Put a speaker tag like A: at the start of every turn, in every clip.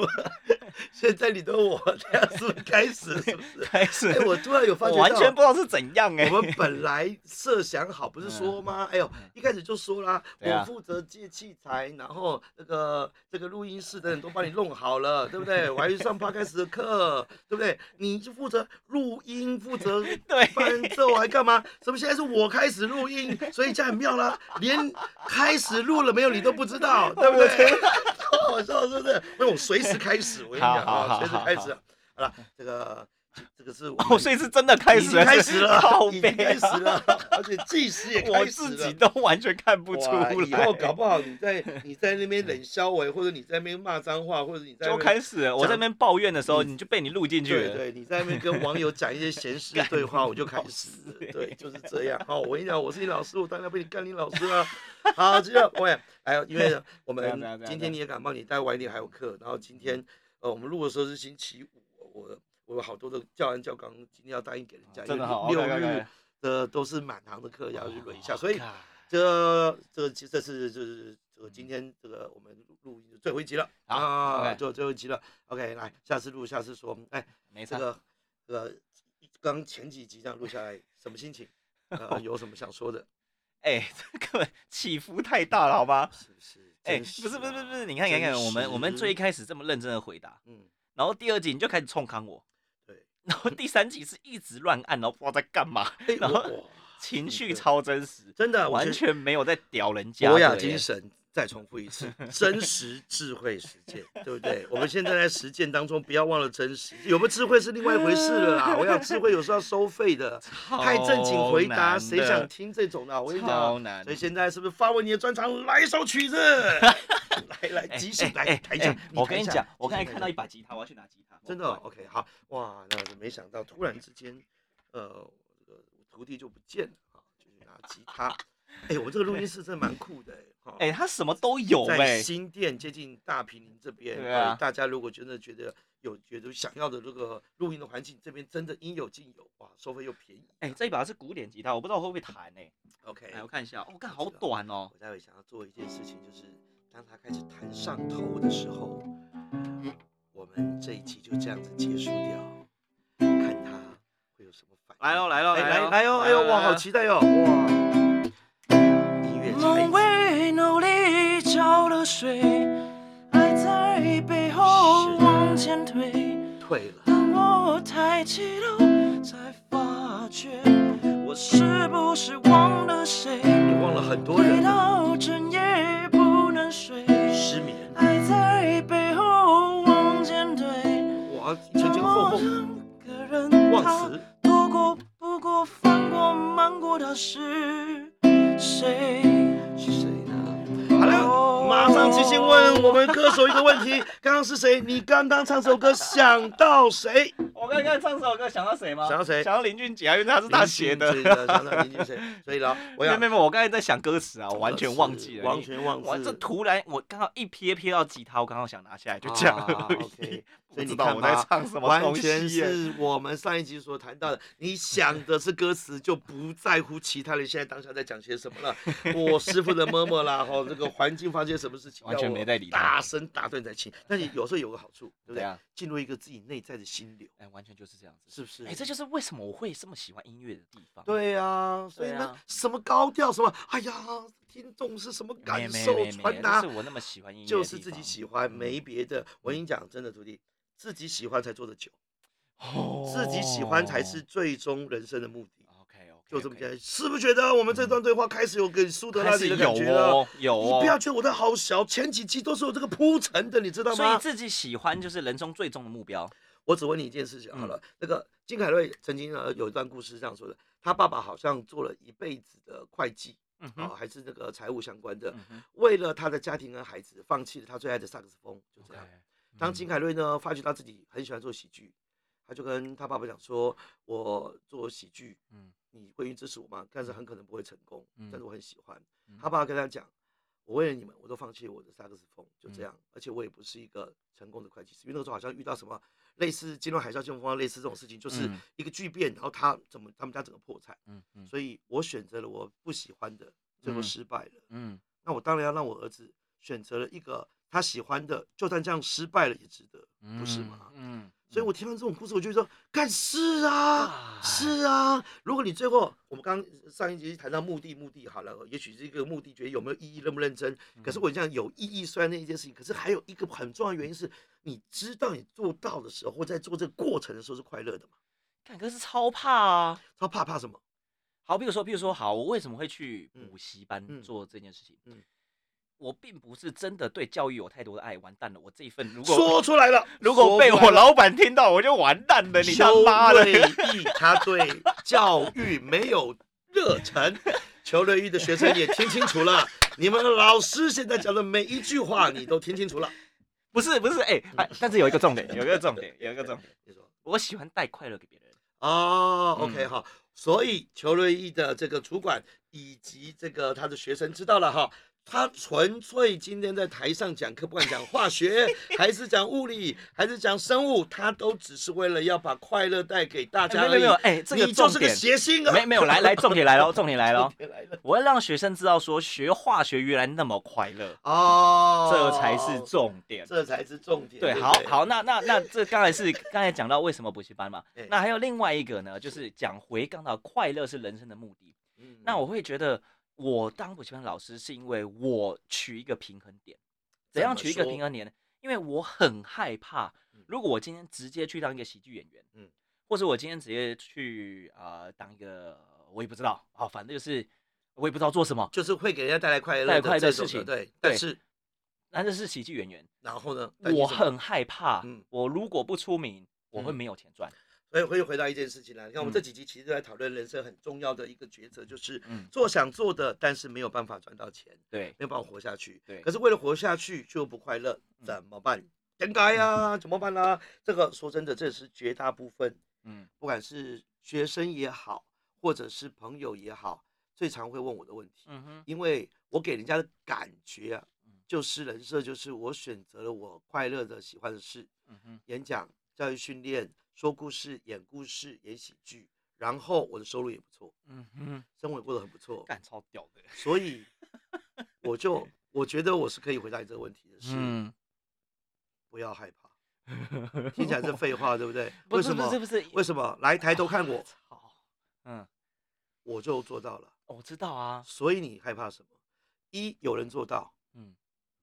A: 现在你的我这样是不是开始？是不 是？
B: 开始
A: 哎、，我突然有发
B: 我
A: 觉
B: 完全
A: 到
B: 不知道是怎样哎、嗯
A: 我们本来设想好，不是说吗？哎呦，一开始就说啦，
B: 对啊
A: 我负责借器材，然后那个这个录音室等等都帮你弄好了，对不对？我还去上 p 开始的课，对不对？你就负责录音，负责
B: 对
A: 伴奏，还干嘛？怎么现在是我开始录音？ 所以这样很妙啦，连开始录了没有你都不知 道，对不对？好好笑，是不是？那我随时开始，我跟你讲
B: 好好
A: 啊，
B: 好
A: 随时
B: 好
A: 开
B: 好
A: 始。好了，这个这个是 我
B: 哦，
A: 们
B: 所以是真的开
A: 已
B: 始
A: 经
B: 了，
A: 开始了，
B: 靠
A: 已
B: 背啊
A: 经开始了，而且计时也
B: 我
A: 开始
B: 自己
A: 了。
B: 都完全看不出
A: 哇
B: 来，
A: 以后搞不好你在你在那边冷消委，或者你在那边骂脏话，或者你在那
B: 就
A: 边
B: 开始了。我在那边抱怨的时候，你就被你录进去
A: 嗯对
B: 了。
A: 对，你在那边跟网友讲一些闲 事对话，我就开始了，
B: 欸
A: 对，就是这样。哦，我跟你讲，我是你老师，我当然要被你干你老师啊。好，接着喂，还有，因 为我
B: 对啊对啊
A: 们
B: 对啊嗯
A: 今
B: 对啊
A: 天你也感冒，你待会晚一点还有课，然后今天呃，我们录的时候是星期五，我我有好多的教案教纲，今天要答应给人家，
B: 真的哈
A: 因为六
B: OK，OK，OK 哦
A: 日的都是满堂的课，要去轮一下，所以
B: God
A: 这这其实这是就是这个今天这个我们录录音的最后一集了
B: 好
A: 啊，
B: ，OK
A: 就最后一集了。OK，来下次录，下次说，哎，
B: 没
A: 这
B: 差，
A: 个呃刚前几集这样录下来，什么心情？呃， 有什么想说的？
B: 哎， 这个起伏太大了，好吧？
A: 是不是？
B: 哎，
A: 真
B: 不是不是不
A: 啊
B: 是不是，你看你看你看，我们我们最一，
A: 真实
B: 开始这么认真的回答，
A: 嗯，
B: 然后第二集你就开始冲康我，
A: 对，
B: 然后第三集是一直乱按，然后不知道在干嘛，
A: 哎
B: 然
A: 我
B: 后
A: 我
B: 情 绪
A: 对
B: 超真实，
A: 真的我觉
B: 完
A: 得
B: 全没有在屌人家的耶。
A: 博雅精神，再重复一次，真实智慧实践，对不对？我们现在在实践当中，不要忘了真实，有没有智慧是另外一回事了啦。我想智慧有时候要收费的，太正经回答，
B: 超难的
A: 谁想听这种的啊？我跟你
B: 超
A: 讲
B: 难
A: 啊，所以现在是不是发文你的专长，来一首曲 子，来来
B: 哎，
A: 即兴
B: 哎哎
A: 来弹一下
B: 哎。
A: 你
B: 我
A: 弹
B: 跟
A: 一
B: 你
A: 下
B: 讲，我刚才
A: 即兴
B: 看
A: 来一
B: 到
A: 下
B: 一把吉他，我要去拿吉他。
A: 真的哦、OK，好哇，那我没想到突然之间，呃，这个徒弟就不见了啊，就是拿吉他。 哎、我们这个录音室真的蛮酷的哎、哈
B: 哎，他什么都有
A: 在
B: 哎，
A: 新店接近大平林这边，
B: 对啊
A: 哎大家如果真的觉得有觉得想要的这个录音的环境，这边真的应有尽有哇，收费又便宜。
B: 哎，这一把是古典吉他，我不知道我会不会弹哎。
A: OK，
B: 来，我看一下，哦，看
A: 我
B: 好
A: 知道
B: 短哦
A: 我。待会想要做一件事情，就是当他开始弹上头的时候，我们这一集就这样子结束掉，看他会有什么反应。
B: 来喽，来哦喽，
A: 哎来
B: 喽
A: 来哟，哎呦哇，好！期待哟，哇！音乐才
C: 梦为努力浇了水，爱在背后往前推。
A: 退了，
C: 当我抬起头，才发觉我是不是忘了谁？
A: 你忘了很多
C: 累
A: 人
C: 到整夜不能睡，
A: 失眠，
C: 爱在背后往前推。
A: 哇，前前后后
C: 那么两个人
A: 忘词。
C: 躲过、不过、翻过、瞒过的是谁？
A: 是谁呢？好了，马上即兴问我们歌手一个问题：刚刚是谁？你刚刚唱这首歌想到谁？
B: 我刚刚唱这首歌，想到谁吗？
A: 想到谁
B: 想到林俊杰啊，因为他是他写的。
A: 林俊杰想到林俊杰，所以呢，我
B: 没
A: 要
B: 有没有，我刚才在想歌词啊，我完全忘记了。
A: 完全忘
B: 我
A: 记
B: 这
A: 了。
B: 突然，我刚好一瞥瞥到吉他，我刚好想拿下来，就这样
A: 啊
B: 而已
A: ，OK。
B: 不
A: 所以
B: 知
A: 你
B: 道
A: 看
B: 我在
A: 嘛
B: 唱什么
A: 完
B: 东西耶。
A: 全是我们上一集所谈到的，你想的是歌词，就不在乎其他人现在当下在讲些什么了。我师傅的么么啦，哈，这个环境发生什么事情，
B: 完全
A: 要我
B: 没在理他
A: 大声打断才行。但你有时候有个好处，对不
B: 对
A: 对
B: 啊？
A: 进入一个自己内在的心流，
B: 哎，完全就是这样子。
A: 是不是？
B: 哎，这就是为什么我会这么喜欢音乐的地方。
A: 对呀、所以
B: 对
A: 那
B: 啊
A: 什么高调什么，哎呀，听众是什么
B: 没，
A: 感
B: 没
A: 受
B: 没没
A: 传
B: 这
A: 达
B: 是，我那么喜欢音乐，
A: 就是自己。喜欢，
B: 嗯
A: 没别的。我跟你讲，真的徒弟，自己喜欢才做得久，
B: 哦
A: 自己喜欢才是。最终人生的目的。
B: OK OK，
A: 就这么简单，是不是觉得我们这段对话开始有给苏德拉
B: 开
A: 底
B: 始
A: 的
B: 有
A: 感觉了？
B: 哦，有
A: 你
B: 哦。
A: 不要觉得我的好小，前几集都是有这个铺陈的，你知道
B: 所以
A: 吗？
B: 自己喜欢就是人生最终的目标。
A: 我只问你一件事情好了，那个金凯瑞曾经呃有一段故事这样说的，他爸爸好像做了一辈子的会计，
B: 嗯
A: 啊、
B: 哼，
A: 还是那个财务相关的。
B: 嗯哼
A: 为了他的家庭跟孩子，放弃了他最爱的萨克斯风，就这样。
B: OK，嗯
A: 当金凯瑞呢发觉到自己很喜欢做喜剧，他就跟他爸爸讲说：“我做喜剧，
B: 嗯
A: 你会支持我吗？但是很可能不会成功，但是我很喜欢。
B: 嗯
A: 他爸爸跟他讲：“我为了你们，我都放弃我的萨克斯风，就
B: 嗯
A: 这样。而且我也不是一个成功的会计师，因为那个时候好像遇到什么类似金融海啸、金融风暴类似这种事情，就是
B: 嗯
A: 一个巨变，然后他怎么他们家整个破产。
B: 嗯嗯
A: 所以我选择了我不喜欢的，最后
B: 嗯
A: 失败了。
B: 嗯
A: 那我当然要让我儿子选择了一个他喜欢的，就算这样失败了也值得，不是吗？
B: 嗯，
A: 所以我听完这种故事，我就说，干是啊，是啊。如果你最后，我们刚刚上一集谈到目的，目的好了，也许这个目的觉得有没有意义，认不认真。
B: 嗯
A: 可是我讲有意义，虽然那一件事情，可是还有一个很重要的原因是，你知道你做到的时候，或在做这个过程的时候是快乐的嘛？
B: 看可是超怕啊。
A: 他怕怕什么？
B: 好，比如说，比如说，好，我为什么会去
A: 嗯
B: 补习班
A: 嗯
B: 做这件事情？
A: 嗯
B: 我并不是真的对教育有太多的爱，完蛋了，我这一份如果
A: 说出来了，
B: 如果被我
A: 老
B: 老板听到，我就完蛋了，你他
A: 羞
B: 妈的！
A: 愧意他对教育没有热 忱。求乐育的学生也听清楚了，你们老师现在讲的每一句话，你都听清楚了。
B: 不是不是，哎、哎
A: 嗯
B: 但是有一个重点，有一个重点，有一个 重点，
A: 你说。
B: 我喜欢带快乐给别人。
A: 哦，OK
B: 嗯
A: 哈、所以裘瑞义的这个主管以及这个他的学生知道了哈，他纯粹今天在台上讲课，不管讲化 学还是讲物理还是讲生物，他都只是为了要把快乐带给大
B: 哎
A: 家而已。
B: 没有没有，哎、这
A: 你
B: 个
A: 就
B: 重
A: 是个
B: 点，
A: 谐星啊！，
B: 没没有，来来，重点来喽，重点来喽
A: 别来了
B: 我要让学生知道说，学化学原来那么快乐，
A: 哦，
B: 这才是重点。
A: 这才是重点。
B: 对，
A: 不
B: 好好，那那那这刚才是刚才讲到为什么补习班嘛
A: 哎，
B: 那还有另外一个呢，就是讲回刚到快乐是人生的目的。
A: 嗯
B: 那我会觉得，我当补习班老师是因为我取一个平衡点，
A: 怎
B: 怎样
A: 么
B: 取一个
A: 说
B: 平衡点呢？因为我很害怕
A: 嗯，
B: 如果我今天直接去当一个喜剧演员，
A: 嗯
B: 嗯，或者我今天直接去呃当一个我也不知道，好，反正就是我也不知道做什么，
A: 就是会给人家带来快乐
B: 带快乐
A: 这
B: 的
A: 种
B: 事情
A: 对。但是
B: 那就是喜剧演员，
A: 然后呢？但是
B: 我
A: 什么
B: 很害怕
A: 嗯，
B: 我如果不出名，我会
A: 嗯
B: 没有钱赚。
A: 所以回回到一件事情来，你看我们
B: 嗯
A: 这几集其实都在讨论人生很重要的一个抉择，就是
B: 嗯
A: 做想做的，但是没有办法赚到钱，
B: 对，
A: 没有办法活下去。
B: 对
A: 可是为了活下去就不快乐，
B: 嗯
A: 怎么办？应该呀，怎么办呢、这个说真的，这是绝大部分，
B: 嗯，
A: 不管是学生也好，或者是朋友也好，最常会问我的问题。
B: 嗯哼，
A: 因为我给人家的感觉啊
B: 嗯，
A: 就是人设就是我选择了我快乐的、喜欢的事，
B: 嗯哼，
A: 演讲、教育训练、说故事、演故事、演喜剧，然后我的收入也不错，
B: 嗯哼，
A: 生活也过得很不错，
B: 干超屌的。
A: 所以我 就我觉得我是可以回答你这个问题的，是、
B: 嗯，
A: 不要害怕。听起来 是废话，对不对？
B: 不
A: 为
B: 是
A: 什
B: 不是
A: 么？
B: 不是，
A: 为什么？来 抬头看我，
B: 操，嗯，
A: 我就做到了。
B: 我知道啊，
A: 所以你害怕什么？一有人做到，
B: 嗯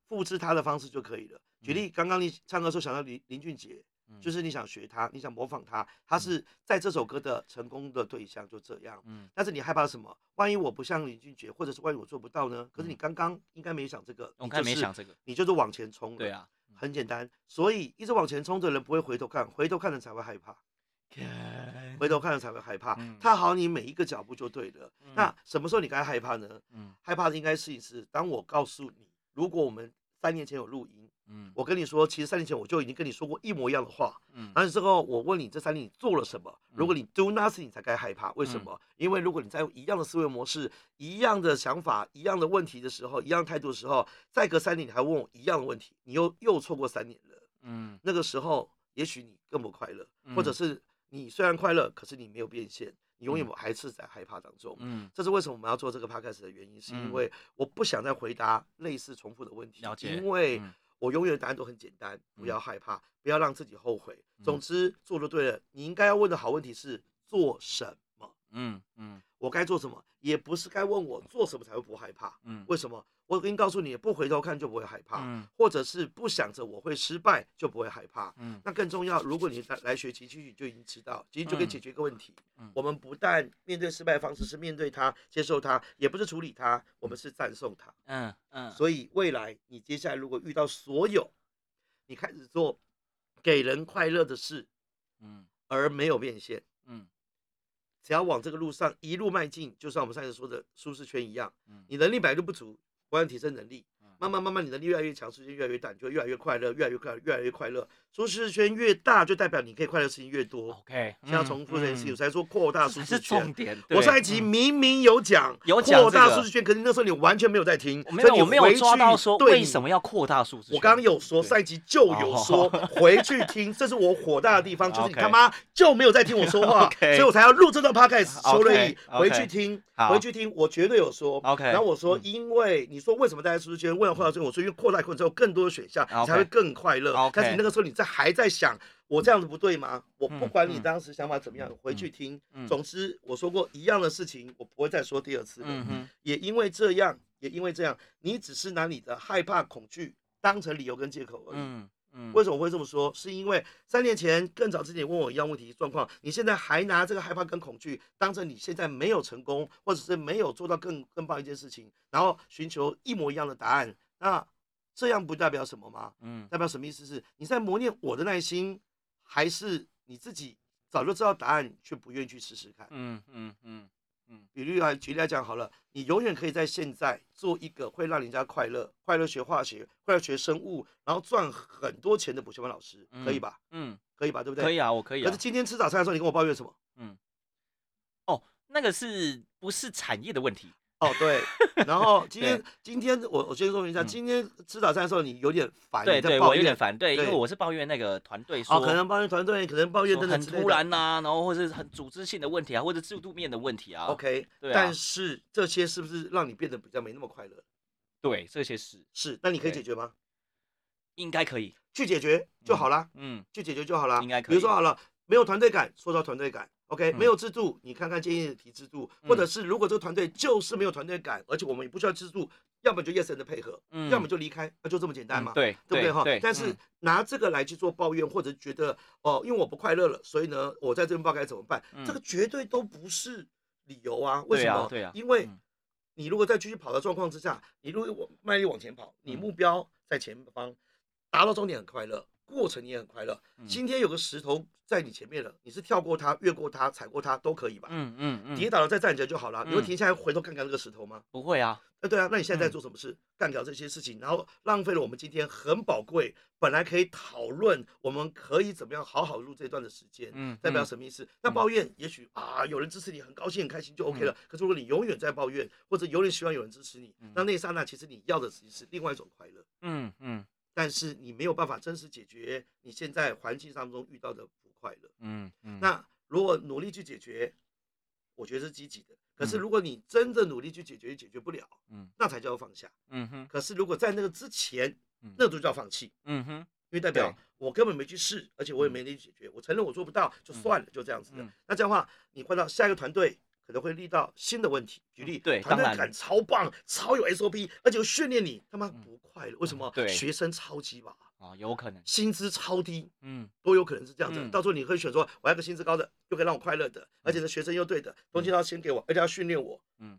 A: 复制他的方式就可以了。举
B: 嗯
A: 例，刚刚你唱歌的时候想到林林俊杰，
B: 嗯，
A: 就是你想学他，你想模仿他，他是在这首歌的成功的对象，就这样。
B: 嗯
A: 但是你害怕什么？万一我不像林俊杰，或者是万一我做不到呢？可是你
B: 嗯
A: 刚刚应该没想这个，
B: 我
A: 你
B: 刚才
A: 就
B: 没
A: 是
B: 想这个，
A: 你就是往前冲了。
B: 对，啊，
A: 很简单。所以一直往前冲的人不会回头看，回头看的才会害怕，
B: 干
A: 回头看了才会害怕
B: 嗯。
A: 踏好你每一个脚步就对了。
B: 嗯
A: 那什么时候你该害怕呢？
B: 嗯
A: 害怕的应该是一次，当我告诉你，如果我们三年前有录音，
B: 嗯
A: 我跟你说，其实三年前我就已经跟你说过一模一样的话。
B: 嗯
A: 但是之后我问你这三年你做了什么？如果你 do nothing，你才该害怕。为什
B: 嗯
A: 么？因为如果你在用一样的思维模式、一样的想法、一样的问题的时候、一样态度的时候，再隔三年你还问我一样的问题，你又又错过三年了。
B: 嗯
A: 那个时候，也许你更不快乐，或者
B: 嗯
A: 是你虽然快乐，可是你没有变现，你永远还是在害怕当中。
B: 嗯，
A: 这是为什么我们要做这个 podcast 的原因，是因
B: 嗯
A: 为我不想再回答类似重复的问题，
B: 了解
A: 因为
B: 嗯
A: 我永远的答案都很简单，不要害怕，不要让自己后悔。
B: 嗯
A: 总之，做的对了，你应该要问的好问题是做什么，
B: 嗯嗯
A: 我该做什么，也不是该问我做什么才会不害怕。
B: 嗯，
A: 为什么？我跟你告诉你，不回头看就不会害怕，
B: 嗯
A: 或者是不想着我会失败就不会害怕。
B: 嗯
A: 那更重要，如果你来来学习，其实你就已经知道，其实就可以
B: 嗯
A: 解决一个问题。
B: 嗯
A: 我们不但面对失败的方式是面对它、接受它，也不是处理它，我们是赞颂它。
B: 嗯嗯，
A: 所以未来你接下来如果遇到所有你开始做给人快乐的事
B: 嗯
A: 而没有变现，
B: 嗯
A: 只要往这个路上一路迈进，就像我们上次说的舒适圈一样，
B: 嗯
A: 你能力本来就不足，不断提升能力，
B: 嗯
A: 慢慢慢慢，你能力越来越强，时间越来越大，你就会越来越快乐，越来越快乐，越来越快乐。舒适圈越大，就代表你可以快乐的事情越多。
B: OK，
A: 现在重复这件事情，我才说扩大
B: 嗯这
A: 舒
B: 才
A: 适
B: 是
A: 圈
B: 重。点。
A: 我
B: 对
A: 上一集
B: 嗯
A: 明明有讲
B: 有讲
A: 扩大
B: 这个
A: 舒适圈，可是那时候你完全没有在听，
B: 我没
A: 所以
B: 有
A: 你
B: 我没有
A: 回
B: 抓
A: 去
B: 到说
A: 对
B: 为
A: 你
B: 什么要扩大数字圈。
A: 我刚刚有说，
B: 对哦
A: 上一集就有 说，回去听，这是我火大的地方，就是你
B: OK
A: 他妈就没有在听我说话，所
B: OK
A: 以我才要录这段 podcast。
B: OK，
A: 邱瑞毅，
B: OK
A: 回去听，
B: 好
A: 回去听，我绝对有说。
B: OK
A: 然后我说，
B: 嗯
A: 因为你说为什么待在舒适圈，为然扩大最后，我说因为扩大困之后更多的选项，你
B: OK
A: 才会更快乐。
B: OK
A: 但是你那个时候你在还在想，我这样子不对吗？我不管你当时想法怎么样，回去听。
B: 嗯
A: 总之我说过一样的事情，我不会再说第二次了。
B: 嗯哼，
A: 也因为这样，也因为这样，你只是拿你的害怕、恐惧当成理由跟借口而已。
B: 嗯嗯，
A: 为什么会这么说？是因为三年前更早之前问我一样问题状况，你现在还拿这个害怕跟恐惧当成你现在没有成功，或者是没有做到更更棒一件事情，然后寻求一模一样的答案，那这样不代表什么吗？
B: 嗯
A: 代表什么意思是你在磨练我的耐心，还是你自己早就知道答案却不愿意去试试看？
B: 嗯嗯嗯嗯
A: 比例来举例来讲好了，你永远可以在现在做一个会让人家快乐、快乐学化学、快乐学生物，然后赚很多钱的补习班老师，可以
B: 嗯
A: 吧？
B: 嗯，
A: 可以吧？对不对？
B: 可以啊，我可以
A: 可
B: 啊
A: 是。今天吃早餐的时候，你跟我抱怨什么？
B: 哦，那个是不是产业的问题？
A: 哦， 对。然后今天
B: 对
A: 今天我我先说明一下，
B: 嗯
A: 今天吃早餐的时候你有点烦，
B: 对
A: 你在
B: 对，
A: 抱
B: 我
A: 怨
B: 有点烦，对，因为
A: 对
B: 我是抱怨那个团队说
A: 哦，可能抱怨团队，可能抱怨
B: 说
A: 等等
B: 很
A: 之类
B: 突
A: 的
B: 然呐，然后或者是很组织性的问题啊，或者制度面的问题啊。
A: OK，
B: 对啊
A: 但是这些是不是让你变得比较没那么快乐？
B: 对，这些是
A: 是，那你可以
B: 对
A: 解决吗？
B: 应该可以。
A: 去解决就好啦。
B: 嗯
A: 去解决就好了。
B: 应该可
A: 比
B: 以
A: 如说好了，没有团队感，塑造团队感。OK，、
B: 嗯
A: 没有制度，你看看建议提制度，
B: 嗯
A: 或者是如果这个团队就是没有团队感，而且我们也不需要制度，要么就 yes and 的配合，
B: 嗯
A: 要么就离开，那就这么简单
B: 嗯
A: 嘛，
B: 对
A: 对不对哈？
B: 对，
A: 但是
B: 嗯
A: 拿这个来去做抱怨，或者觉得哦，因为我不快乐了，所以呢，我在这边不知道该怎么办，
B: 嗯
A: 这个绝对都不是理由啊。为什
B: 对啊
A: 么？
B: 对啊
A: 因为
B: 嗯
A: 你如果再继续跑的状况之下，你如果往卖力往前跑，你
B: 嗯
A: 目标在前方，达到终点很快乐，过程也很快乐。
B: 嗯
A: 今天有个石头在你前面了，你是跳过它、越过它、踩过它都可以吧？
B: 嗯嗯嗯，
A: 跌倒了再站起来就好了。你会
B: 嗯
A: 停下来回头看看那个石头吗？
B: 不会啊，
A: 那对啊，那你现在在
B: 嗯
A: 做什么事？干掉这些事情，然后浪费了我们今天很宝贵，本来可以讨论，我们可以怎么样好好录这段的时间。
B: 嗯，
A: 代表
B: 嗯嗯
A: 什么意思？那抱怨也许啊，有人支持你，很高兴、很开心就 OK 了。可是如果你永远在抱怨，或者永远希望有人支持你，那那一刹那其实你要的其实是另外一种快乐，
B: 嗯嗯
A: 但是你没有办法真实解决你现在环境当中遇到的不快乐。
B: 嗯嗯，
A: 那如果努力去解决，我觉得是积极的。可是
B: 嗯
A: 如果你真的努力去解决，解决不了，
B: 嗯
A: 那才叫放下。
B: 嗯哼
A: 可是如果在那个之前
B: 嗯，
A: 那就叫放弃，
B: 嗯哼，
A: 因为代表
B: 对
A: 我根本没去试，而且我也没能力解决，我承认我做不到，就算了，就这样子的
B: 嗯。
A: 那这样的话，你换到下一个团队。可能会遇到新的问题。举例，
B: 嗯对
A: 团队
B: 当然
A: 感超棒，超有 SOP，而且又训练你他妈不快乐。为什么？
B: 嗯对
A: 学生超级吧，
B: 啊，有可能，
A: 薪资超低，
B: 嗯
A: 都有可能是这样子的。
B: 嗯
A: 到时候你会选说，我要个薪资高的，又可以让我快乐的，而且呢学生又对的，东西都要先给我，而且要训练我。
B: 嗯，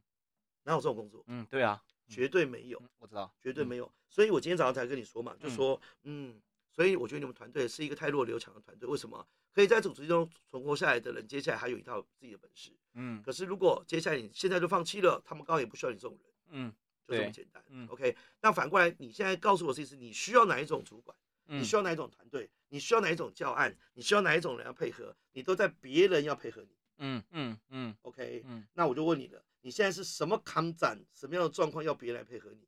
A: 哪有这种工作？
B: 嗯，对啊，
A: 绝对没有。
B: 嗯我知道，
A: 绝对
B: 嗯
A: 没有。所以我今天早上才跟你说嘛，就
B: 嗯
A: 说嗯，所以我觉得你们团队是一个太弱留强的团队。为什么？可以在组织中存活下来的人，接下来还有一套自己的本事。
B: 嗯
A: 可是如果接下来你现在就放弃了，他们刚好也不需要你这种人，
B: 嗯
A: 就这么
B: 对
A: 简单。
B: 嗯
A: OK，那反过来，你现在告诉我是是你需要哪一种主管，
B: 嗯
A: 你需要哪一种团队，你需要哪一种教案，你需要哪一种人要配合，你都在别人要配合你。
B: 嗯嗯嗯
A: OK，
B: 嗯，
A: 那我就问你了，你现在是什么抗战，什么样的状况要别人来配合你？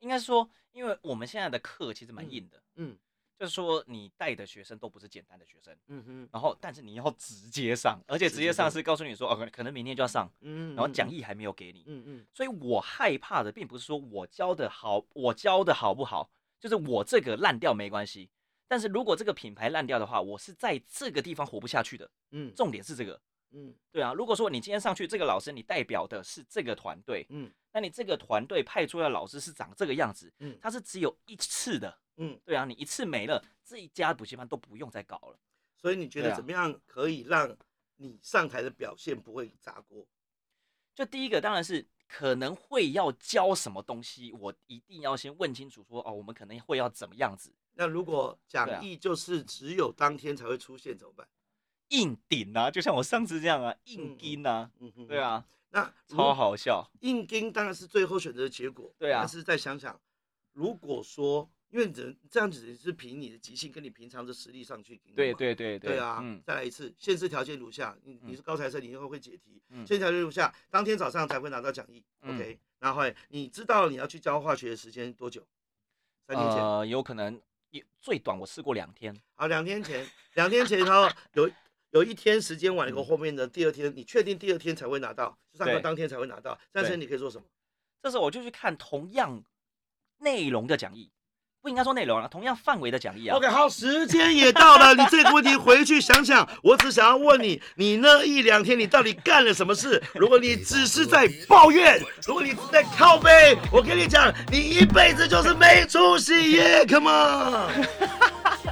B: 应该说，因为我们现在的课其实蛮
A: 嗯
B: 硬的，
A: 嗯
B: 就是说你带的学生都不是简单的学生。
A: 嗯哼，
B: 然后，但是你要直接上，而且
A: 直
B: 直接
A: 接
B: 上
A: 上
B: 是告诉你说，哦，可可能明天就要上，
A: 嗯，
B: 然后
A: 嗯
B: 讲
A: 嗯
B: 义还没有给你，
A: 嗯嗯
B: 所以我害怕的并不是说我教的好，我教的好不好，就是我这个烂掉没关系。但是如果这个品牌烂掉的话，我是在这个地方活不下去的。
A: 嗯
B: 重点是这个，
A: 嗯
B: 对啊。如果说你今天上去，这个老师你代表的是这个团队，
A: 嗯
B: 那你这个团队派出来的老师是长这个样子，
A: 嗯
B: 他是只有一次的，
A: 嗯，
B: 对啊，你一次没了，这一家补习班都不用再搞了。
A: 所以你觉
B: 对
A: 得
B: 啊
A: 怎么样可以让你上台的表现不会砸锅？
B: 就第一个当然是可能会要教什么东西，我一定要先问清楚说，哦，我们可能会要怎么样子
A: 那如果
B: 对啊
A: 讲义就是只有当天才会出现怎么办？
B: 硬顶啊，就像我上次这样啊，硬
A: 嗯
B: 盯啊，
A: 嗯哼
B: 对，啊，
A: 那如
B: 超好笑，
A: 硬盯当然是最后选择的结果，
B: 对啊
A: 但是再想想，如果说因为你只能这样子是凭你的即兴跟你平常的实力上去盯的
B: 对
A: 嘛
B: 对对
A: 对啊，
B: 嗯
A: 再来一次，限制条件如下：你
B: 嗯
A: 你是高材生，你以后会解题。
B: 嗯
A: 限制条件如下：当天早上才会拿到讲义。
B: 嗯
A: OK，然后你知道你要去教化学的时间多久？三天前啊，
B: 呃，有可能也最短我试过两天，
A: 两天前，两天前，然后有 有一天时间晚了，以后后面的第二天，你确定第二天才会拿到，上课
B: 嗯对
A: 当天才会拿到。但是
B: 对
A: 你可以做什么？
B: 这时候我就去看同样内容的讲义，不应该说内容啊，同样范围的讲义啊。
A: OK，好，时间也到了，你这个问题回去想想。 我只想要问你，你那一两天你到底干了什么事？如果你只是在抱 怨，如果你只是在靠背，我跟你讲，你一辈子就是没出息耶！Come on，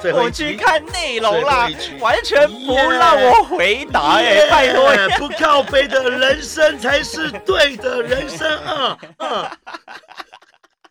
A: 最后
B: 我
A: 一
B: 去
A: 集。
B: 看内容
A: 最
B: 啦
A: 后一集，
B: 完全不让我回答哎、
A: 耶
B: 拜 托呀，
A: 不靠背的人生才是对的人生啊！啊